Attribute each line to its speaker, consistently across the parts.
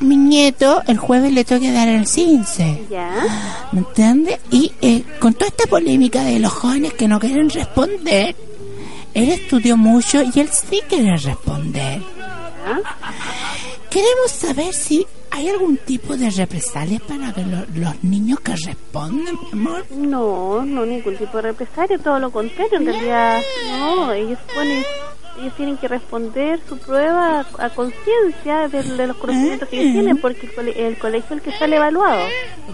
Speaker 1: mi nieto el jueves le toca dar el CINCE.
Speaker 2: Ya.
Speaker 1: ¿Me entiendes? Y eh, con toda esta polémica de los jóvenes que no quieren responder, él estudió mucho y él sí quiere responder. Queremos saber si hay algún tipo de represalias para que lo- los niños que responden, mi amor.
Speaker 2: No, no ningún tipo de represalia, todo lo contrario, en realidad. No, ellos ponen, ellos tienen que responder su prueba a conciencia de, de los conocimientos que ellos tienen, porque el, cole- el colegio es el que sale evaluado.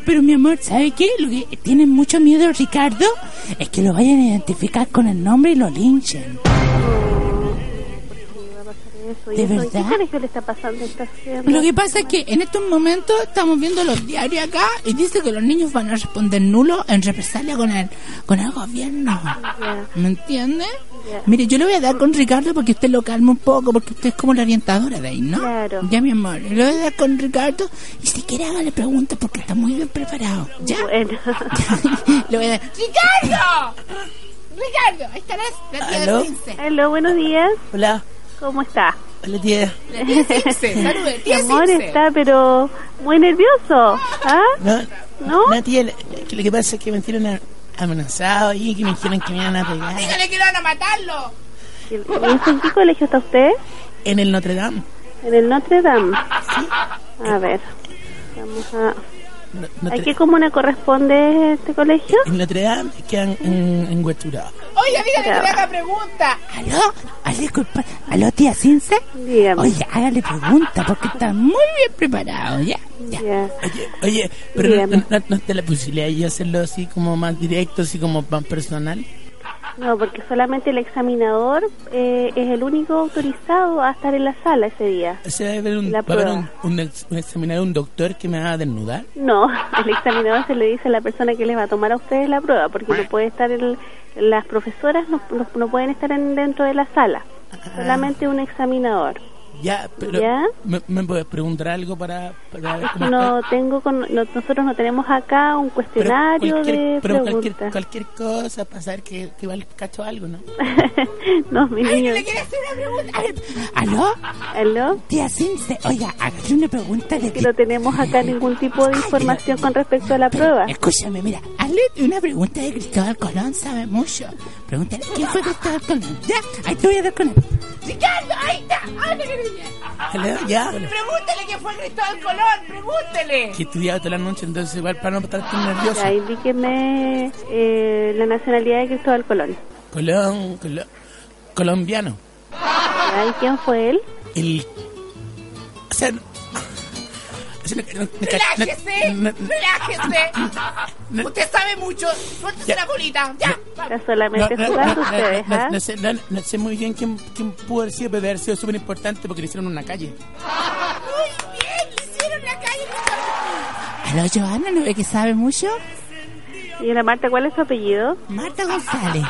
Speaker 1: Pero mi amor, ¿sabe qué? Lo que tienen mucho miedo, Ricardo, es que lo vayan a identificar con el nombre y lo linchen.
Speaker 2: ¿Qué va a pasar eso? ¿Y
Speaker 1: ¿De
Speaker 2: eso en
Speaker 1: verdad?
Speaker 2: ¿Qué colegio le está pasando? ¿Está haciendo?
Speaker 1: Lo que pasa es que en estos momentos estamos viendo los diarios acá y dice que los niños van a responder nulo en represalia con el, con el gobierno. ¿Me entiende?
Speaker 2: Ya.
Speaker 1: Mire, yo le voy a dar con Ricardo porque usted lo calma un poco, porque usted es como la orientadora de ahí, ¿no?
Speaker 2: Claro.
Speaker 1: Ya, mi amor, le voy a dar con Ricardo y si quiere hágale preguntas porque está muy bien preparado. ¿Ya?
Speaker 2: Bueno,
Speaker 1: le voy a dar... ¡Ricardo! ¡Ricardo! Ahí está la, la tía
Speaker 3: ¿Aló?
Speaker 1: de Cince.
Speaker 2: hello, buenos días.
Speaker 3: Hola,
Speaker 2: ¿Cómo está?
Speaker 3: hola tía.
Speaker 1: La tía Cince, salude,
Speaker 2: Mi
Speaker 1: tía
Speaker 2: amor
Speaker 1: Cince.
Speaker 2: está, pero muy nervioso. ¿Ah?
Speaker 3: No,
Speaker 2: ¿No?
Speaker 3: no, tía, lo lo que pasa es que me tienen a- amenazado y que me dijeron que me iban a pegar
Speaker 1: Dígale que van a matarlo.
Speaker 2: ¿Y eso en qué colegio está usted?
Speaker 3: en el Notre Dame.
Speaker 2: En el Notre Dame. A ver. Vamos a...
Speaker 3: No-
Speaker 2: ¿A
Speaker 3: Notre,
Speaker 2: qué comuna corresponde este colegio?
Speaker 3: En Notre Dame quedan en, en Huertura.
Speaker 1: Oiga, dígale que le haga pregunta. ¿Aló? ¿Aló, disculpa? ¿Aló, tía Cince?
Speaker 2: Dígame.
Speaker 1: Oye, hágale pregunta porque está muy bien preparado, ya. ya.
Speaker 2: Ya.
Speaker 3: Oye, oye, pero no,
Speaker 2: Bien.
Speaker 3: no, no está la posibilidad de yo hacerlo así como más directo, así como más personal.
Speaker 2: No, porque solamente el examinador eh, es el único autorizado a estar en la sala ese día.
Speaker 3: O sea, va a haber un,
Speaker 2: La
Speaker 3: va a haber un,
Speaker 2: prueba.
Speaker 3: un ex- un examinador, un doctor que me va a desnudar.
Speaker 2: No, el examinador se le dice a la persona que les va a tomar a ustedes la prueba, porque no puede estar el- las profesoras no, no- no pueden estar en- dentro de la sala.
Speaker 3: Ah.
Speaker 2: Solamente un examinador.
Speaker 3: Ya, pero
Speaker 2: Ya.
Speaker 3: ¿me, me puedes preguntar algo para, para ver cómo
Speaker 2: No
Speaker 3: está?
Speaker 2: tengo con, no- nosotros no tenemos acá un
Speaker 3: Pero
Speaker 2: cuestionario de
Speaker 3: cualquier, pero cualquier,
Speaker 2: preguntas.
Speaker 3: cualquier cosa para saber que, que igual cacho algo, ¿no?
Speaker 2: no, mi niño.
Speaker 1: ¿Le quiere hacer una pregunta? A ver, ¿Aló?
Speaker 2: ¿Aló?
Speaker 1: Tía Cince, oiga, hágale una pregunta de
Speaker 2: Que no tenemos acá ningún tipo de información con respecto a la prueba.
Speaker 1: Escúchame, mira, hazle una pregunta de Cristóbal Colón, sabe mucho. Pregúntale, ¿quién fue Cristóbal Colón? Ya, ahí te voy a dar con él. Ricardo, ahí está, Ah, háblale, niña.
Speaker 3: Hello, Ya,
Speaker 1: Pregúntale quién fue Cristóbal Colón, pregúntale.
Speaker 3: que he estudiado toda la noche, entonces igual para no estar tan nervioso.
Speaker 2: Ya, indíqueme eh, la nacionalidad de Cristóbal Colón.
Speaker 3: Colón, colo- colombiano.
Speaker 2: Ya, ¿Y quién fue él?
Speaker 3: El. O sea, no- o sea, no- no- no-
Speaker 2: eh.
Speaker 4: Relájese,
Speaker 3: no-
Speaker 4: relájese. Usted sabe mucho. Suéltese
Speaker 3: Ya.
Speaker 4: la bolita. Ya.
Speaker 2: Está
Speaker 3: no-
Speaker 2: solamente
Speaker 3: no-
Speaker 2: jugando
Speaker 3: no- no-
Speaker 2: ustedes,
Speaker 3: no-
Speaker 2: ¿ah?
Speaker 3: no sé- no- no sé muy bien quién, quién pudo haber sido, pero debe haber sido súper importante porque le hicieron una calle.
Speaker 4: Muy bien, le hicieron la calle.
Speaker 1: ¿Aló, Joana, no ve que sabe mucho?
Speaker 2: Señora Marta, ¿cuál es su apellido?
Speaker 1: Marta González.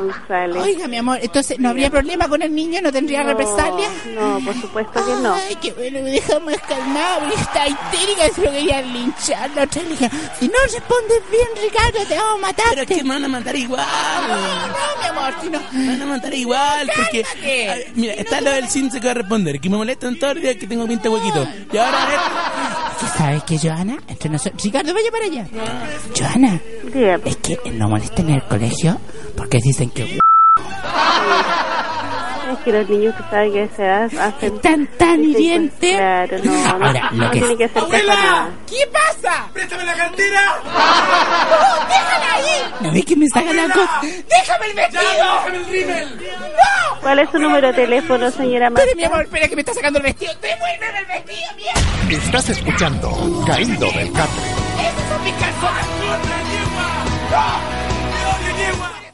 Speaker 2: González.
Speaker 1: Oiga, mi amor, entonces no habría problema con el niño, no tendría represalias.
Speaker 2: No, por supuesto que Pues no.
Speaker 1: Ay, que bueno, me deja más calmado, porque está histérica, se lo quería linchar. La otra le dije, si no respondes bien, Ricardo, te vamos a matar.
Speaker 3: Pero es que me van a matar igual.
Speaker 1: No, mi amor, si no...
Speaker 3: Me van a matar igual porque.
Speaker 1: Cálmate.
Speaker 3: Ay, mira, está lo del cince que va a responder, que me molestan todos los días que tengo pinta huequito. Y ahora
Speaker 1: ¿Qué sabes que Joana? Entre nosotros... Ricardo, vaya para allá. Joana,
Speaker 2: Dígame.
Speaker 1: es que no molesten en el colegeo, porque dicen que...
Speaker 2: Es que los niños que saben que se hacen...
Speaker 1: Tan, tan
Speaker 2: dicen,
Speaker 1: hiriente.
Speaker 2: Claro, no, no,
Speaker 1: Ahora, lo
Speaker 2: no
Speaker 1: que-
Speaker 2: tienen que hacer caso a nada.
Speaker 4: ¿Qué pasa? ¡Préstame la cartera! ¡No! ¡Déjala ahí!
Speaker 1: ¿No ves que me saca la cosa?
Speaker 4: ¡Déjame el vestido! ¡Déjame el rímel! ¡No!
Speaker 2: ¿Cuál es su número de teléfono, señora Marta?
Speaker 4: Espera, mi amor, espera que me está sacando el vestido. ¡Devuélveme el vestido, mierda!
Speaker 5: Estás escuchando Caído del Catre.
Speaker 4: ¡Esos son mis calzones! ¡No! ¡No, mi yegua!